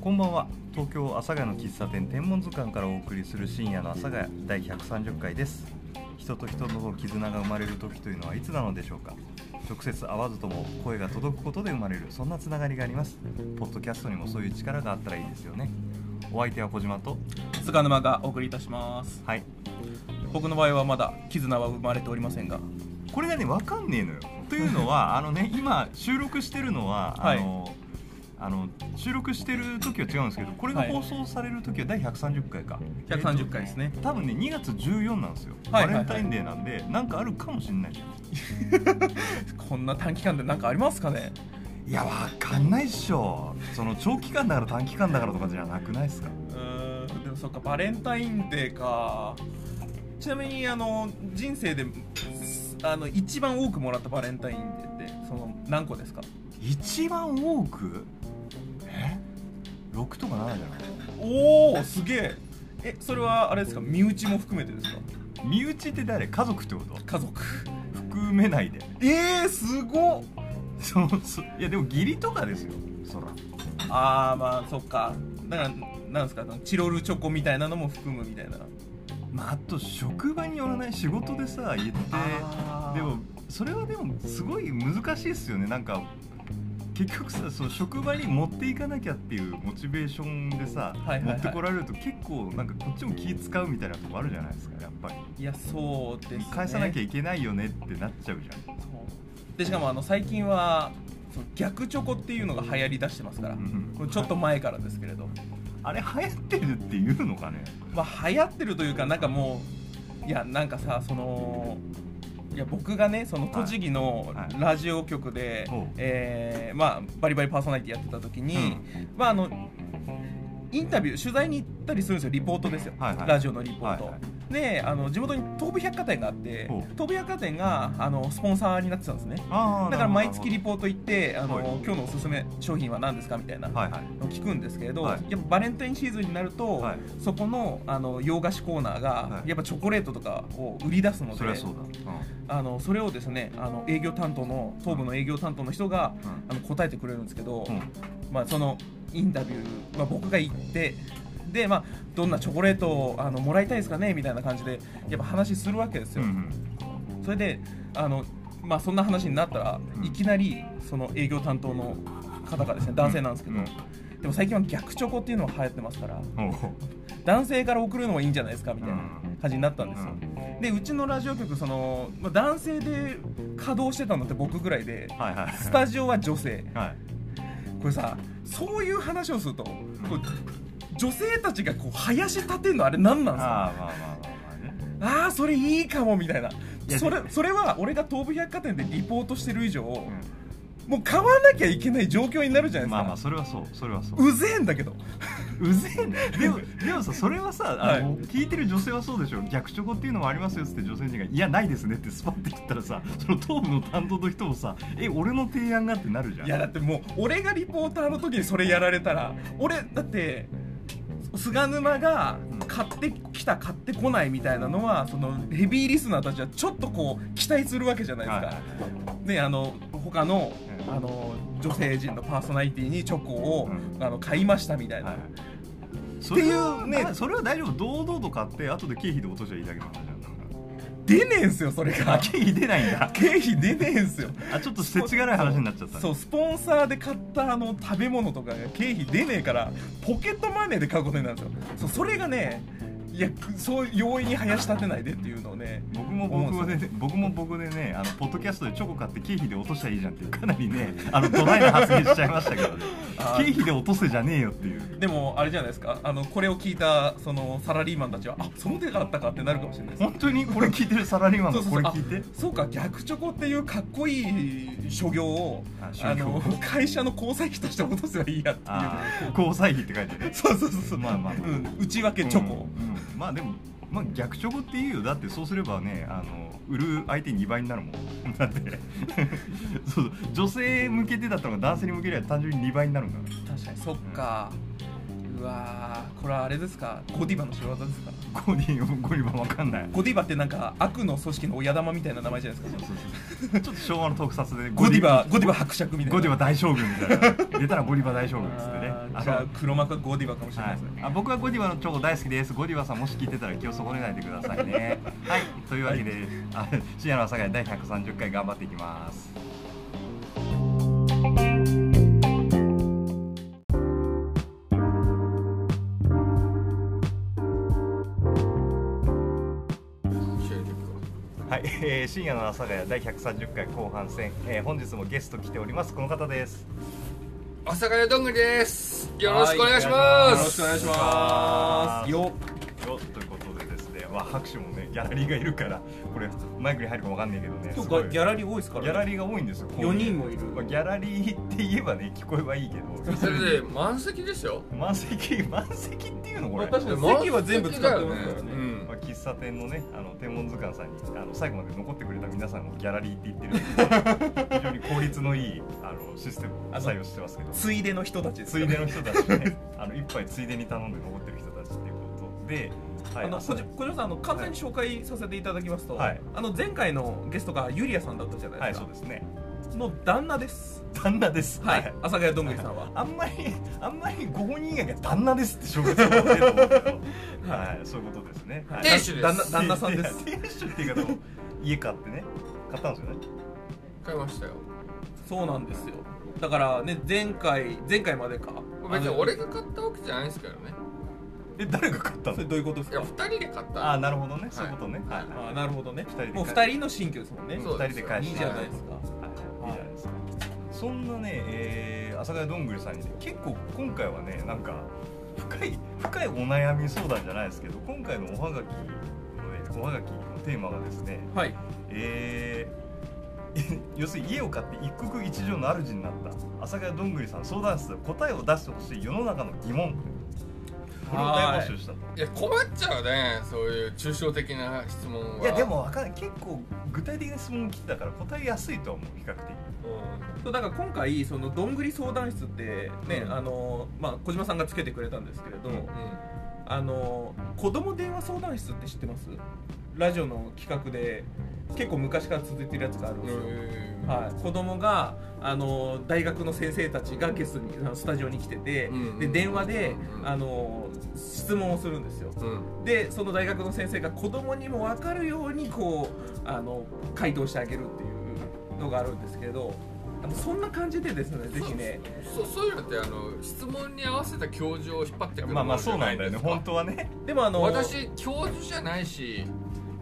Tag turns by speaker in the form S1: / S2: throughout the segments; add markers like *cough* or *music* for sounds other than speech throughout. S1: こんばんは東京阿佐ヶ谷の喫茶店天文図鑑からお送りする深夜の阿佐ヶ谷第130回です人と人の絆が生まれる時というのはいつなのでしょうか直接会わずとも声が届くことで生まれるそんなつながりがありますポッドキャストにもそういう力があったらいいですよねお相手は小島と
S2: 菅沼がお送りいたします
S1: はい
S2: 僕の場合はまだ絆は生まれておりませんが
S1: これがねわかんねえのよというの
S2: *laughs*
S1: はあのね今収録してるのは、
S2: はい
S1: あのあの収録してる時は違うんですけどこれが
S2: はい
S1: 放送される時は第130回か、
S2: 130回ですね
S1: 多分ね2月14なんですよ、
S2: はいはいはい
S1: バレンタインデーなんでなんかあるかもしれないじゃん
S2: こんな短期間で何かありますかね
S1: いやわかんないっしょその長期間だから短期間だからとかじゃなくないですか
S2: うーんでもそっかバレンタインデーかちなみにあの人生ですあの一番多くもらったバレンタインデーってその何個ですか
S1: 一番多くえ6とか7じゃない
S2: おおすげええそれはあれですか身内も含めてですか
S1: 身内って誰家族ってこと
S2: 家族
S1: 含めないで
S2: えー、すごっ
S1: そのそいやでも義理とかですよそら
S2: ああまあそっかだからなんですかそのチロルチョコみたいなのも含むみたいな
S1: まああと職場によらない仕事でさ言って
S2: あー
S1: でもそれはでもすごい難しいですよねなんか結局さその職場に持っていかなきゃっていうモチベーションでさ、
S2: はいはいは
S1: 持
S2: い
S1: ってこられると結構なんかこっちも気使うみたいなとこあるじゃないですかやっぱり、
S2: いやそうです、ね、
S1: 返さなきゃ
S2: い
S1: いけないよねってなっちゃうじゃん
S2: でしかもあの最近はその逆チョコっていうのが流行りだしてますから、
S1: うん
S2: これちょっと前からですけれど、
S1: あれ流行ってるっていうのかね
S2: まあ、流行ってるというかなんかもういやなんかさそのいや僕がねその栃木の
S1: はいはい
S2: ラジオ局で、
S1: おう
S2: えーまあ、バリバリパーソナリティやってた時に、まああのインタビュー取材に行ったりするんですよリポートですよ、
S1: はいはい
S2: ラジオのリポート。
S1: はいはい
S2: であの地元に東武百貨店があって
S1: おう
S2: 東武百貨店があのスポンサーになってたんですね
S1: あー
S2: だから毎月リ
S1: なる
S2: ポート行ってあの、
S1: はい
S2: 今日のおすすめ商品は何ですかみたいな
S1: ほどはいはい
S2: のを聞くんですけれど、
S1: はい
S2: やっぱバレンタインシーズンになると、
S1: はい
S2: そこのあの洋菓子コーナーが、
S1: はい
S2: やっぱチョコレートとかを売り出すので
S1: そりゃそうだ、
S2: あのそれをですねあの営業担当の東部の営業担当の人が
S1: うんうん
S2: あの答えてくれるんですけど、
S1: うん
S2: まあ、そのインタビュー、まあ、僕が行ってで、まあ、どんなチョコレートをあのもらいたいですかねみたいな感じでやっぱ話するわけです
S1: う
S2: よ。
S1: ん
S2: それであの、まあ、そんな話になったら、
S1: うん
S2: いきなりその営業担当の方がですね男性なんですけど、
S1: うん
S2: でも最近は逆チョコっていうのが流行ってますから
S1: うんおう
S2: 男性から送るのもいいんじゃないですかみたいな
S1: うん
S2: 感じになったんですよ、でうちのラジオ局その、まあ、男性で稼働してたのって僕ぐらいで
S1: はいはい
S2: スタジオは女性
S1: はい
S2: これさそういう話をするとこう女性たちがこう林立てんのあれ何なんですか
S1: あーまあまあまあまあね
S2: ああそれいいかもみたいない
S1: や
S2: それそれは俺が東武百貨店でリポートしてる以上、
S1: うん
S2: もう買わなきゃいけない状況になるじゃないですか、
S1: まあまあそれはそうそれはそう
S2: うぜえんだけど
S1: *laughs* うぜえねでもでもさそれはさあの、
S2: はい
S1: 聞いてる女性はそうでしょ逆チョコっていうのもありますよっつって女性陣が「いやないですね」ってスパッて切ったらさその頭部の担当の人もさ「え俺の提案が?」ってなるじゃん
S2: いやだってもう俺がリポーターの時にそれやられたら俺だって菅沼が買ってきた買ってこないみたいなのはそのヘビーリスナーたちはちょっとこう期待するわけじゃないですか、
S1: はい
S2: ねあの他の
S1: うん
S2: あの女性陣のパーソナリティにチョコを、
S1: う
S2: あの買いましたみたいな、
S1: はいそれ
S2: っ
S1: は
S2: ていうね
S1: ねそれは大丈夫堂々と買って後で経費で落としゃいいだけの話なんだから
S2: 出ねえんすよそれ
S1: あ
S2: が
S1: 経費出ないんだ
S2: 経費出ねえんすよ
S1: あちょっとせちがらい話になっちゃったね
S2: そうスポンサーで買ったあの食べ物とかが経費出ねえからポケットマネーで買うことになるんですよそうそれがねいやそう容易に林立てないでっていうのをね
S1: 僕も
S2: 思
S1: 僕
S2: うん
S1: で、
S2: です
S1: ね、僕も僕でねあのポッドキャストでチョコ買って経費で落としたらいいじゃんっていうかなりねあのドライな発言しちゃいましたけどね
S2: あ
S1: 経
S2: ー
S1: 費で落とせじゃねえよっていう
S2: でもあれじゃないですかあのこれを聞いたそのサラリーマンたちはあその手があったかってなるかもしれないです
S1: 本当にこれ聞いてるサラリーマン
S2: そ
S1: が
S2: うそう
S1: こ
S2: そ
S1: れ
S2: うあ
S1: 聞いて
S2: そうか逆チョコっていうかっこいい所業を
S1: あ所業
S2: あの会社の交際費として落とせばいいやって
S1: あ
S2: い
S1: ー交際費って書いて
S2: *laughs*
S1: る
S2: うそうそうそうそう、
S1: まあまあ
S2: うん、内訳チョコ、
S1: うんうんまあでも、まあ、逆チョコっていいよだってそうすればねあの売る相手2倍になるもん *laughs* だってそう女性向けてだったのが男性に向ければ単純に2倍になるんだか
S2: 確かにそっか、ううわーこれはあれですかゴディバの仕業ですか
S1: ゴディゴリバわかんない
S2: ゴディバってなんか悪の組織の親玉みたいな名前じゃないです
S1: そ
S2: か
S1: うそうそうちょっと昭和の特撮で
S2: ゴディバゴディバ伯爵みたいな
S1: ゴディバ大将軍みたいな出たらゴディバ大将軍っつってね
S2: あー
S1: あ
S2: じゃあ
S1: の
S2: 黒幕はゴディバかもしれない
S1: は
S2: で
S1: い
S2: すね、、
S1: あ僕はゴディバのチョコ大好きですゴディバさんもし聞いてたら気を損ねないでください *laughs* ねはいというわけで、あ深夜の朝が第130回頑張っていきますはい、えー深夜の朝が第130回後半戦、えー本日もゲスト来ておりますこの方です
S3: 阿佐ヶ谷どんぐりですよろしくお願いしま
S2: よろし
S3: す
S2: くお願いしますよ
S1: よということでですね、まあ、拍手もねギャラリーがいるからこれマイクに入るかわかんないけどね
S2: 今日
S1: すごい
S2: がギャラリー多いですか
S1: ギャ
S2: ら
S1: ラ
S2: ね
S1: リーが多いんですよ
S2: 4人もいる
S1: まあ、ギャラリーって言えばね聞こえはいいけど
S3: それで満席ですよ
S1: *laughs* 満席満席っていうのこれ、
S2: 私
S1: ま
S2: も席は全部使ってますからね
S3: 満席だようん
S1: あ、喫茶店のねあの天文図鑑さんにあの最後まで残ってくれた皆さんをギャラリーって言ってるん
S2: *laughs*
S1: で非常に効率のいいあのシステムを採用してますけど
S2: ついでの人たちです
S1: ついでの人たちね *laughs* あの一杯ついでに頼んで残ってる人たちっていうことで、は
S2: あの
S1: 朝
S2: 小島小島さんあの簡単に紹介させていただきますと、
S1: はい
S2: あの前回のゲストがユリアさんだったじゃな
S1: はいい
S2: です
S1: そ
S2: か、
S1: うですね
S2: の旦那です
S1: 旦那です
S2: はい、阿佐ヶ谷どんぐりさんは
S1: あんまりあんまりご本人以外が旦那ですって紹介するのはねと思うけど
S2: *laughs* はい
S1: はいそういうことですね
S2: はい
S3: 亭主です
S2: 旦那旦那さんです
S1: いや亭主っていう方も家買ってね買ったんですよね
S3: 買いましたよ
S2: そうなんですよだからね前回前回までか
S3: 別に
S2: あの
S3: 俺が買ったわけじゃないですからね
S1: え誰が買った
S2: それ
S1: の
S2: どういうことです
S3: いや
S2: か
S3: 二人で買っ
S1: あ
S3: た
S1: あなるほどねそういうことねはいはい
S2: あなるほどね
S1: 二人で
S2: もう二人の新居ですもんね
S1: うん
S3: そ
S1: 二人で返
S2: い
S1: し
S2: い
S1: て
S2: じゃないですか
S1: はいいいじゃないですかそんなねえー阿佐ヶ谷どんぐりさんにね結構今回はねなんか深い深いお悩み相談じゃないですけど今回のおはがきのねおはがきのテーマがですね
S2: はい
S1: えー *laughs* 要するに家を買って一国一城の主になった阿佐ヶ谷どんぐりさん相談室で答えを出してほしい世の中の疑問これを大募集したと
S3: いや困っちゃうねそういう抽象的な質問はい
S1: やでもわかんない結構具体的な質問を聞いたから答えやすいとは思う比較的
S3: う
S2: そうだから今回そのどんぐり相談室ってね、
S1: うん
S2: あのまあ小島さんがつけてくれたんですけれど、
S1: うん
S3: んうん
S2: あの子供電話相談室って知ってますラジオの企画で結構昔から続いてるやつがあるんですよ、はい、子供があの大学の先生たちがゲストにあのスタジオに来てて、
S3: うんうん
S2: で電話で
S3: うんうん
S2: あの質問をするんですよ
S3: うん
S2: でその大学の先生が子供にも分かるようにこうあの回答してあげるっていうのがあるんですけどあのそんな感じでですねぜひね
S3: そうそういうのってあの質問に合わせた教授を引っ張ってくる
S1: まあまあ
S3: ものじ
S1: そ
S3: ゃ
S1: うないんだよね
S3: ですか
S1: 本当はね
S2: でもあの
S3: 私教授じゃないし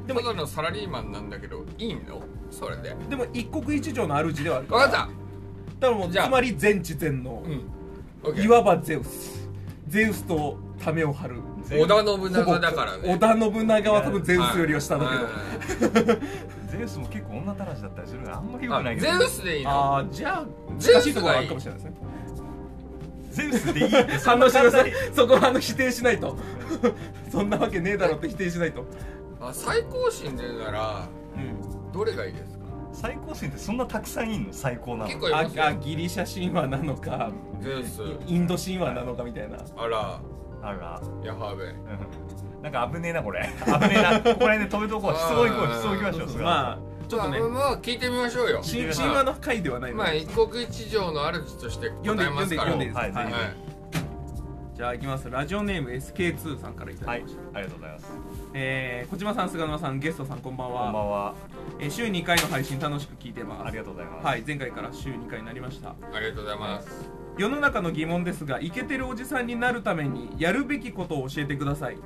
S2: で
S3: た
S2: も
S3: だのサラリーマンなんだけどいいのそれで
S2: でも一国一城の主ではあるから
S3: 分かっ
S2: だ
S3: た
S2: からもう
S3: じゃあ
S2: つまり全知全能、
S3: うんオッケ
S2: い
S3: ー
S2: わばゼウスゼウスとためを張る
S3: 織田信長だからね
S2: 織田信長は多分ゼウスよりは下だけど、
S3: はいはい
S1: ゼウスも結構女たらしだったりするからあんまり良くな
S3: あ
S1: いけど
S3: ゼウスでいいの
S2: ああじゃあ
S3: ゼ
S2: 難
S3: ウ
S2: しい
S3: ス
S2: ところ
S3: が
S2: があ
S3: いい
S2: るかもしれないですね
S1: ゼウスでいいって
S2: *laughs* 反応してくだ
S1: そんな簡
S2: さ
S1: 単
S2: い
S1: に
S2: そこはあの否定しないと *laughs* そんなわけねえだろって否定しないと、
S3: あ最高神でなら
S2: うん
S3: どれがいいですか
S1: 最高神ってそんなたくさんいんの最高なの
S3: 結構います
S2: ああ
S3: よ
S2: ギリシャ神話なのか
S3: ゼウス
S2: インド神話なのかみたいな
S3: あら
S1: あら
S3: ヤハベ
S1: うんなんか危ねえなこれ危ねえなここら辺で止めとこう質問行こう質問行きましょう
S2: まあちょっとね
S3: まあまあ聞いてみましょうよ
S2: 神神話の回ではないの
S3: まあ
S2: で
S3: 一国一城の主として
S2: 読ん
S3: 答
S2: で
S3: えますから
S2: 読んで読んでいいですか、
S1: はい
S3: はい
S2: じゃあいきますラジオネーム SK2 さんからいただ
S1: は
S2: き
S1: い
S2: ました、
S1: ありがとうございます
S2: えー小島さん菅沼さんゲストさんこんばん
S1: こ
S2: は
S1: んばんは
S2: えー週2回の配信楽しく聞いてます
S1: ありがとうございます
S2: はい前回から週2回になりました
S3: ありがとうございます
S2: 世の中の疑問ですがイケてるおじさんになるためにやるべきことを教えてください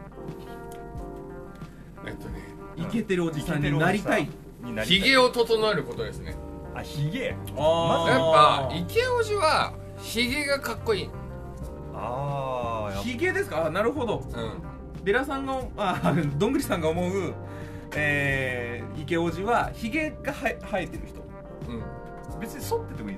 S3: えっとね
S2: イケてるおじさんになりたい
S1: になりたい
S3: ひげを整えることですね
S1: あひげ
S2: あ
S3: やっぱイケオジはひげがかっこいい
S1: ああやっ
S2: ひげですかあなるほど
S3: うん
S2: デラさんがあどんぐりさんが思うえー、イケおじはひげがは生えてる人
S3: うん
S1: ぱ別に剃っててもいい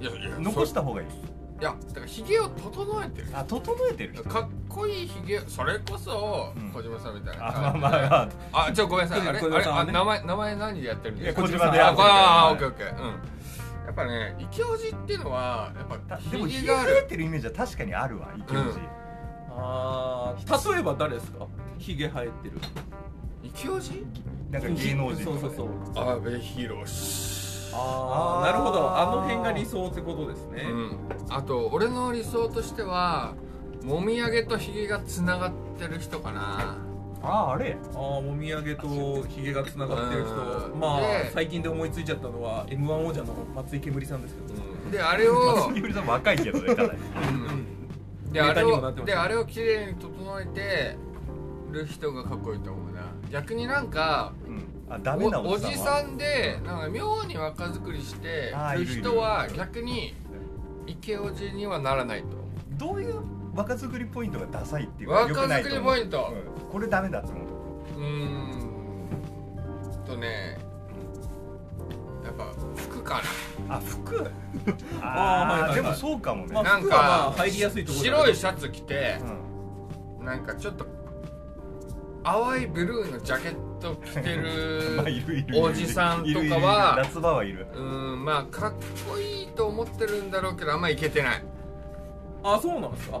S1: 全
S3: いやいや
S1: 部残したた方がいい
S3: いやだからひげを整えてる
S1: あ整えてる人
S3: かっこいいひげそれこそ
S1: うん
S3: 小島さんみたいな
S1: あまあまあまあ
S3: あちょごめんなさいあれ
S2: 小
S3: あ
S2: 島
S3: れ
S2: さん
S3: あ
S2: はね
S3: 名前名前何でやってるん
S1: い
S3: で
S1: や
S3: すか
S1: 小島で
S3: あ
S1: や
S3: あ
S1: っ
S3: ああオッ
S1: て
S3: ケー
S1: る
S3: オッケーうんやっぱねイケオジっていうのはやったぱ
S1: でもひ
S3: ひ
S1: げ
S3: げがあ
S1: 生え
S3: る
S1: てるイメージは確かにあるわイケオジ、
S2: あー例えば誰ですかヒゲ生えてる
S3: イケオジ
S1: なんか芸能人とか、ね、
S2: そうそうそう
S3: 阿部寛
S2: ああなるほどあの辺が理想ってことですね、
S3: うんあと俺の理想としてはもみあげとひげがつながってる人かな
S1: あああれ
S2: ああもみあげとひげがつながってる人
S3: うん
S2: まあ
S3: で
S2: 最近で思いついちゃったのは m 1王者の松井けむりさんですけど、
S3: うんであれを
S1: 松井ゆりさん *laughs* 若いけどねかなり
S3: うんで
S2: ネ
S3: あ
S2: タ
S3: れ
S2: にもなって
S3: を
S2: ました
S3: であれを綺麗に整えてる人がかっこいいと思うな逆になんか
S1: うんあダメな
S3: お
S1: お
S3: お
S1: じさん
S3: じ
S1: は
S3: さんでなんか妙に若作りして
S1: あー
S3: る
S1: いるいる
S3: 人は逆にイケオジにはならないと思う
S1: どういう若作りポイントがダサいっていうか
S3: 若
S1: 良くないと思う
S3: 作りポイント
S1: うんこれダメだって思うと
S3: うーんとねやっぱ服か
S1: あ
S3: *laughs*
S1: 服
S2: あーはいはいはい
S1: でもそうかもね、
S2: まあ、
S3: なんか
S2: 服はまあ入りやすいと
S3: な
S2: ころだけど
S3: 白いシャツ着て
S1: うん
S3: なんかちょっと淡いブルーのジャケット着て
S1: *laughs* まあい
S3: る
S1: るいるいる
S3: おじさんとかはい
S1: るいるいる夏場はいる
S3: うーんまあかっこいいと思ってるんだろうけどあんまいけてない
S2: あそうなんですか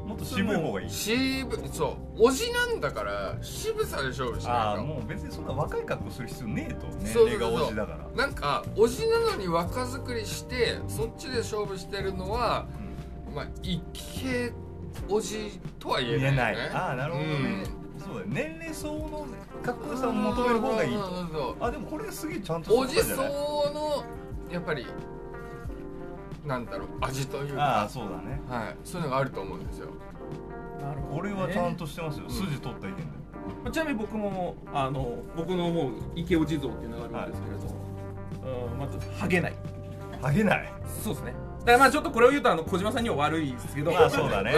S3: う
S1: もっと渋い方がいい
S3: ん渋そうおじなんだから渋さで勝負し
S1: あ
S3: な
S1: あ
S3: いと
S1: もう別にそんな若い格好する必要ねえと年
S3: そうそうそう
S1: 齢がおじだから
S3: なんかおじなのに若作りしてそっちで勝負してるのはまあ一見おじとは言え
S1: 言
S3: な
S1: え
S3: い,、
S1: ない
S3: ね、
S1: ああなるほどねそうだよ年齢相応のかっこよさを求める方がいい
S3: そう
S1: と
S3: そうそう
S1: あでもこれすげえちゃんと
S3: おじ
S1: そ
S3: そう
S1: うなんじゃない
S3: のやっぱりなんだろう味という
S1: ああ
S3: か
S1: そうだね
S3: はい、そういうのがあると思うんですよ
S2: なる
S1: これはちゃんとしてますよ
S3: うん
S1: 筋取った意見だよ
S2: まあちなみに僕もあの僕のもう池尾地蔵っていうのがあるんですけれど、うんまずハゲない
S1: ハゲない
S2: そうですねだからまあちょっとこれを言うとあの小島さんには悪いですけど
S1: まあそうだね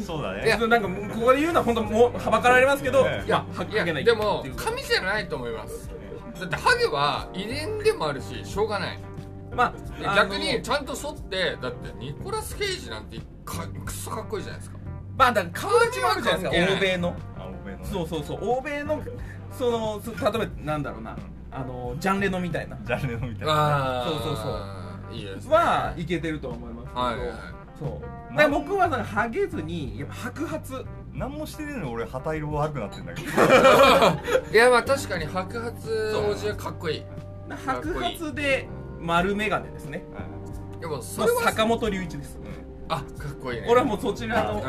S1: そうだ
S3: いや
S1: ね
S2: *laughs* なんかもうここで言うのは本当もうはばかられますけど、
S1: い
S2: い
S3: や
S2: や、ハ
S3: いや
S2: ゲない
S3: でも
S2: っていう
S3: 神じゃないと思いますだってハゲは遺伝でもあるししょうがない
S2: ま
S3: で
S2: あ
S3: 逆に
S2: あの
S3: ちゃんと剃ってだってニコラス・ケイジなんてかくそかっこいいじゃないですか
S2: まあだから顔立ちもあるじゃないですか
S3: 関
S2: 欧
S3: 係
S2: 米の
S1: あ欧米のね
S2: そうそうそう欧米のそのそ例えばなんだろうなあのジャンレノみたいな
S1: ジャンレノみたいな
S3: あ
S2: ー
S3: そうそうそういいですね
S2: はイケてるとは思いますけど、
S3: はいはいはい
S2: そうだから僕はなんかハゲずにやっぱ白髪
S1: 何もしてねえのに俺旗色悪くなってんだけど
S3: いやまあ確かに白髪
S2: そう
S3: おじはかっこいいかっこい
S2: 白
S3: い
S2: 髪で丸眼鏡ですね
S3: でもそ
S2: まあ
S3: れは
S2: 坂本龍一です
S3: あかっこいいね
S2: 俺はもうそちらの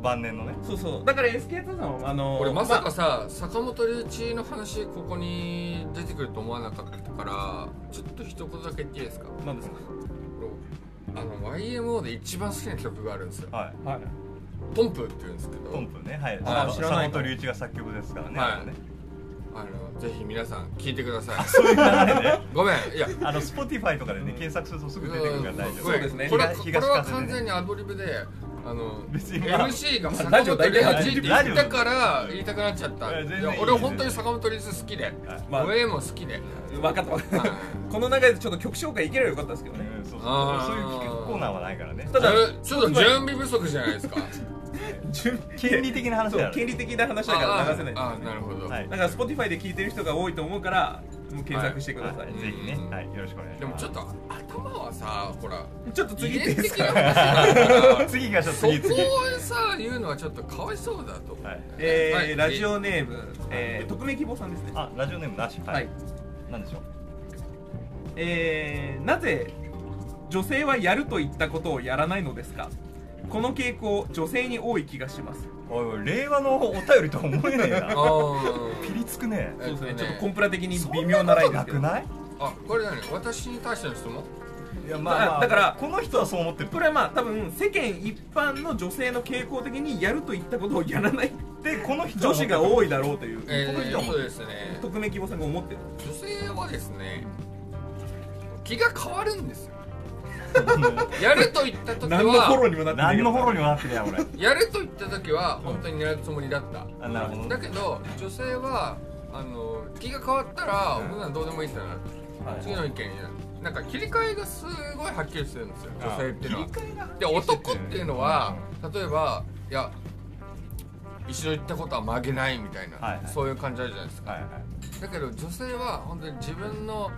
S3: う
S1: 晩年のね
S2: そうそうだから SK2 さんはあの
S3: ん、俺まさ
S2: あ
S3: かさ坂本龍一の話ここに出てくると思わなかったからちょっと一言だけ言っていいですか
S2: なんですか
S3: 俺あの YMO で一番好きな曲があるんですよ
S1: はい
S2: はい
S3: 「ポンプ」って言うんですけど
S1: トンプねはい
S2: あ
S1: 坂
S2: 知らない
S1: 本龍一が作曲ですからね
S3: はい
S1: あのね
S3: あのぜひ皆さん聞いてください
S1: そういう流れね
S3: *laughs* ごめんいや
S1: あの Spotify とかでね
S2: うん
S1: 検索するとすぐ出てくるから大丈
S3: ご
S1: 夫
S2: そ
S3: め
S2: うんですね
S3: これは
S1: 東
S3: これ
S1: 東風で
S3: は
S1: ね
S3: 完全にアドリブであの
S1: 別に
S3: MC が
S2: まあ
S3: 坂
S2: ラジオ
S3: 本龍
S2: 大体
S3: 一って言ったから言いたくなっちゃった
S1: いや
S3: い
S1: 全然いい
S3: や俺本当に坂本龍一好きで
S1: はい
S2: まあ
S3: 俺も好きで
S2: 分 *laughs* かった分かった *laughs* この中でちょっと曲紹介いければよかったですけどね
S1: うんそうそうそう
S3: あー
S1: そういう企画コーナーはないからね
S2: ただ
S3: えちょっと準備不足じゃない
S2: *laughs*
S3: ですか
S2: 準備
S1: 権利的な話だ
S2: そ
S1: よ
S2: う権利的な話だから流せないんですよ
S3: ああなるほど、
S1: はい
S2: だから Spotify で聞いてる人が多いと思うからもう検索してくださ
S1: は
S2: い、
S1: い
S3: い
S1: ぜひね
S3: うん
S1: はいよろしくお願いします
S3: で
S1: *laughs*
S3: もちょっと頭はさほら
S2: ちょっと次行っていいです
S3: 遺伝的
S2: か
S3: な話だから
S1: 次行きましょう
S3: そこ
S1: 次次
S3: をさ言うのはちょっとかわいそうだと思う、
S1: はい
S2: えー
S3: はい
S2: ラジオネーム、えー、匿名希望さんですね
S1: あラジオネームなし
S2: は
S1: はいいなんでしょう
S2: えーなぜ女性はやると言ったことをやらないのですかこの傾向女性に多い気がします
S1: おいおい令和のお便りとは思えねえ
S2: *laughs*
S1: な
S3: あ
S1: ピリつくね
S2: そうですね
S3: えっとね
S2: ちょっとコンプラ的に微妙なラインです
S1: な
S2: け
S1: く
S2: ど
S1: ない
S3: ああこれ何私に対しての質問
S1: いや
S2: だだから
S1: この人はそう思ってる
S2: これはまあ多分世間一般の女性の傾向的にやると言ったことをやらない
S1: でこの人
S2: 女子が
S1: い
S2: 多いだろうという、
S3: え
S1: この人
S3: ー、
S1: は
S3: そうですね
S2: 匿名希望さんが思ってる
S3: 女性はですね気が変わるんですよやると言った
S2: *laughs*
S3: 時
S2: 何のフォロ
S3: は
S2: ーにもなってな
S1: 何
S2: いけど
S1: のフォローにもなってない俺
S3: やると言った時は本当にやるつもりだった
S1: あなるほど
S3: だけど女性はあの気が変わったら「こんなのどうでもいい」ってなる次の意見になるなんか切り替えがすごいはっきりしてるんですよ女性っていうのはで男っていうのは例えばいや一度言ったことは曲げないみたいな、
S1: はいはい
S3: そういう感じあるじゃないですか
S1: はいはい
S3: だけど女性は本当に自分の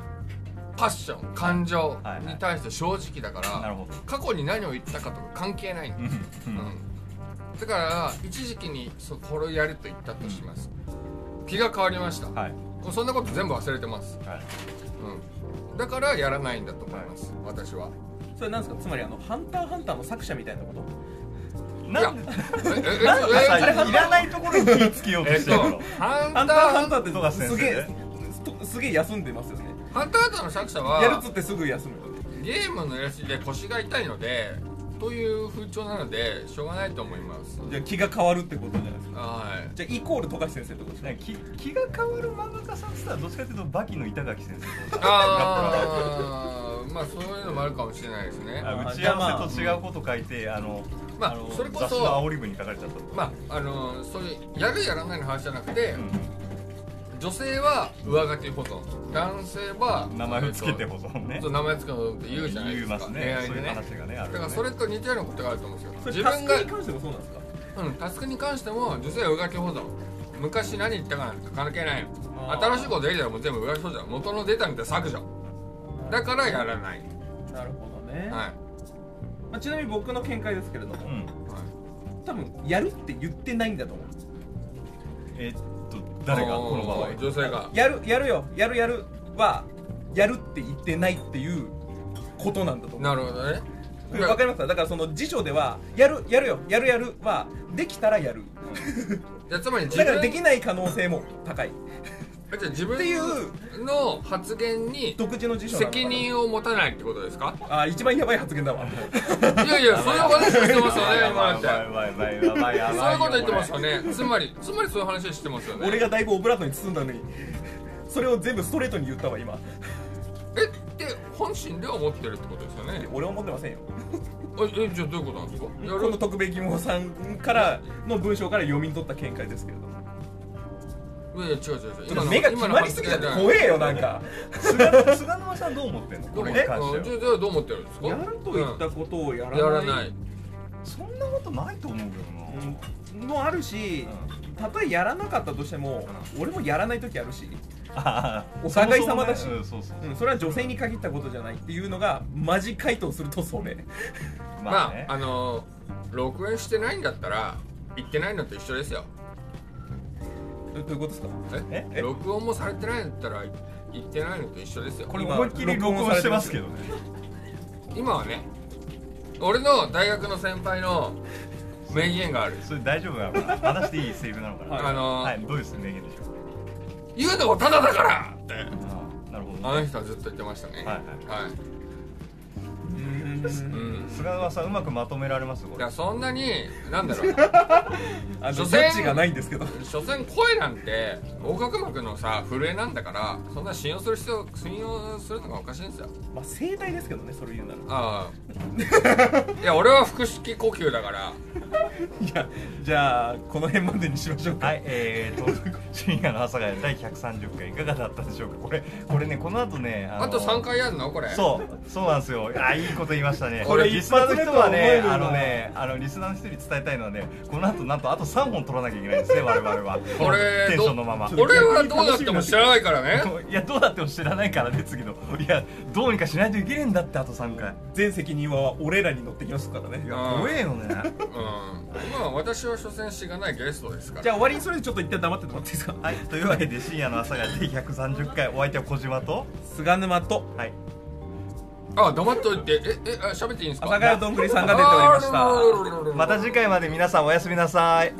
S3: パッション感情
S1: はいはい
S3: に対して正直だから、
S1: なるほど
S3: 過去に何を言ったかとか関係ないんです、
S1: うん
S3: うん、だから一時期にそこれをやると言ったとします、気が変わりました、
S1: はい
S3: もうそんなこと全部忘れてます、
S1: はい
S3: うん、だからやらないんだと思います、私は
S2: それなんですかつまりあの「ハンターハンター」の作者みたいなこと
S3: い
S1: な
S3: や
S1: んで
S3: えええ
S1: なんかさ
S3: え
S1: いらないところに気つけようと
S3: えっ
S1: して
S3: と
S1: るの、
S3: ハ
S2: ハ
S3: ンタ
S2: ン
S3: ー
S2: ターハ
S3: ハ
S2: ンタ
S3: ンタ
S2: ーって
S1: 富樫
S2: す
S1: 先生
S2: げえとすげえ休んでますよね
S3: ーハンターハンターの作者は
S2: やるっつってすぐ休むよね
S3: ゲームのやつで腰が痛いのでという風潮なのでしょうがないと思います
S2: じゃあ気が変わるってことじゃないですか
S3: はい
S2: じゃあイコール富樫先生ってことです
S1: なん
S2: ね
S1: か気気が変わる漫画家さんって言ったらどっちかというとバキの板垣先生と
S3: ああまあそういうのもあるかもしれないですね
S1: あ打ち合わせと違うこと書いてあの、
S3: まあ
S1: の
S3: それこそ
S1: 雑誌の青リブに書かれちゃったと
S3: まああのそういうやるやらないの話じゃなくて、
S1: う
S3: 女性は上書き保存男性は
S1: ん名前をつけて
S3: 保
S1: 保存ね
S3: 存名前つけて保存って言うじゃないで
S1: 言い
S3: すか
S1: ますね
S3: 恋愛
S1: そう
S3: で
S1: いう
S3: ね
S1: 話がねあ
S3: だ
S1: る
S3: からそれと似たようなことがあると思うんです
S2: それ
S3: よ自
S2: タス
S3: 分が
S2: クに関してもそうなんですか
S3: うん、タスクに関しても女性は上書き保存昔何言ったかなんて関係ない
S2: あー
S3: 新しいこと出るたらもう全部上書き保存元の出たみたいな削除だからやらない
S2: なるほどね、
S3: は
S2: まあ、ちなみに僕の見解ですけれど
S1: う
S2: も、
S1: ん
S3: い、はい
S2: 多分やるって言ってないんだと思う
S1: えっと誰が
S3: あー
S1: この場合
S3: 女性が
S2: やるやるよやるやるはやるって言ってないっていうことなんだと思う
S3: なるほどね
S2: うんわかりますかだからその辞書ではやるやるよやるやるはできたらやる
S3: いやつまり自
S2: だか
S3: 分
S2: らできない可能性も高い
S3: えじゃあ自
S2: ってい
S3: 分の発言に
S2: 独自の辞書なのかな
S3: 責任を持たないってことですか
S2: あー一番やばい発言だわ
S3: いやいやそういう話してますよね
S1: やば
S3: 今
S1: い
S3: だ
S1: や
S3: って
S1: ばいやばいやばいやばいやばいやばい
S3: そういうこと言ってますよねつまりつまりそういう話してますよね
S2: 俺がだいぶオブラートに包んだのにそれを全部ストレートに言ったわ今
S3: えって本心では思ってるってことですよね
S2: 俺は思ってませんよ
S3: ええじゃあどういうことなんですかや
S2: この特別疑問さんからの文章から読み取った見解ですけれども
S3: いやいや違う違う違う
S2: ちょっと目が決まりすぎちゃって怖えよなんか
S1: 菅菅沼さんどう思ってんの
S3: ど
S1: こ
S3: う
S1: れ
S3: も
S1: に関して
S3: う
S1: は
S3: んじゃあじゃあどう思ってるんですか
S2: やると言ったことをやら
S3: うん
S2: ない
S3: やらない
S1: そんなことないと思うけ
S2: うんもあるし
S1: どな、
S2: たとえやらなかったとしても俺もやらない時あるし、
S1: あー
S2: お互い様だし
S1: そもそもねうんそうそう
S2: うん、それは女性に限ったことじゃないっていうのがマジ回答するとそれ
S3: ま
S1: まあね
S3: ああのー録音してないんだったら言ってないのと一緒ですよ
S2: どどういうことですか
S1: え
S3: え録音もされてないんだったら言ってないのと一緒ですよ
S1: これ
S2: 今
S1: 思いっきり録音してますけどね
S3: 今はね俺の大学の先輩の名言がある
S1: それ大丈夫なのかな話していいセリフなのかな
S2: はい
S3: あのー
S1: はいどうです名言でしょう
S3: 言うのもただだからって
S1: なるほど
S3: あの人はずっと言ってましたね
S1: はい
S3: はい、うん
S1: 菅沼さんうまくまとめられますこ
S3: い
S1: れ
S3: やそんなになんだろう
S1: *laughs*
S3: な
S2: あのジ
S3: 女
S2: ャ
S3: 性
S2: ッジがないんですけど
S3: 所詮声なんて横隔膜のさ震えなんだからそんな信用する必要信用するのがおかしいんですよ
S2: まあ盛大ですけどねそれ言うなら
S3: あ
S1: *laughs*
S3: あいや俺は腹式呼吸だから
S2: いやじゃあこの辺までにしましょうか、
S1: はい、えー、と深夜の朝が第130回いかがだったでしょうかこれこれねこの後ねあの
S3: あと3回やるのこれ
S1: そうそうなんですよあいいこと言いましたね
S3: これ
S1: リスナーの人はね
S2: 一発目とは
S1: あ
S2: 思
S1: の
S2: えない
S1: ねあのリスナーの人に伝えたいのはねこの後なんとあと3本取らなきゃいけないですね我々は
S3: これ
S1: テンションのまま
S3: ど俺はどうなっても知らないからね
S1: いやどうだっても知らないからね次のいやどうにかしないといけねえんだってあと3回
S2: 全責任は俺らに乗ってきますからね
S1: いや怖えよね
S3: うんまあ私は所詮しがないゲストですから
S2: じゃあ終わりにそれでちょっと一旦黙っててもらっていいですか
S1: はいというわけで深夜の朝が第130回お相手は小島と
S2: 菅沼と
S1: はい
S3: あ黙っといてええあ喋っていいんです
S2: 阿
S3: か
S2: 佐ヶ谷どんぐりさんが出ておりました
S3: あー
S1: また次回まで皆さんおやすみなさい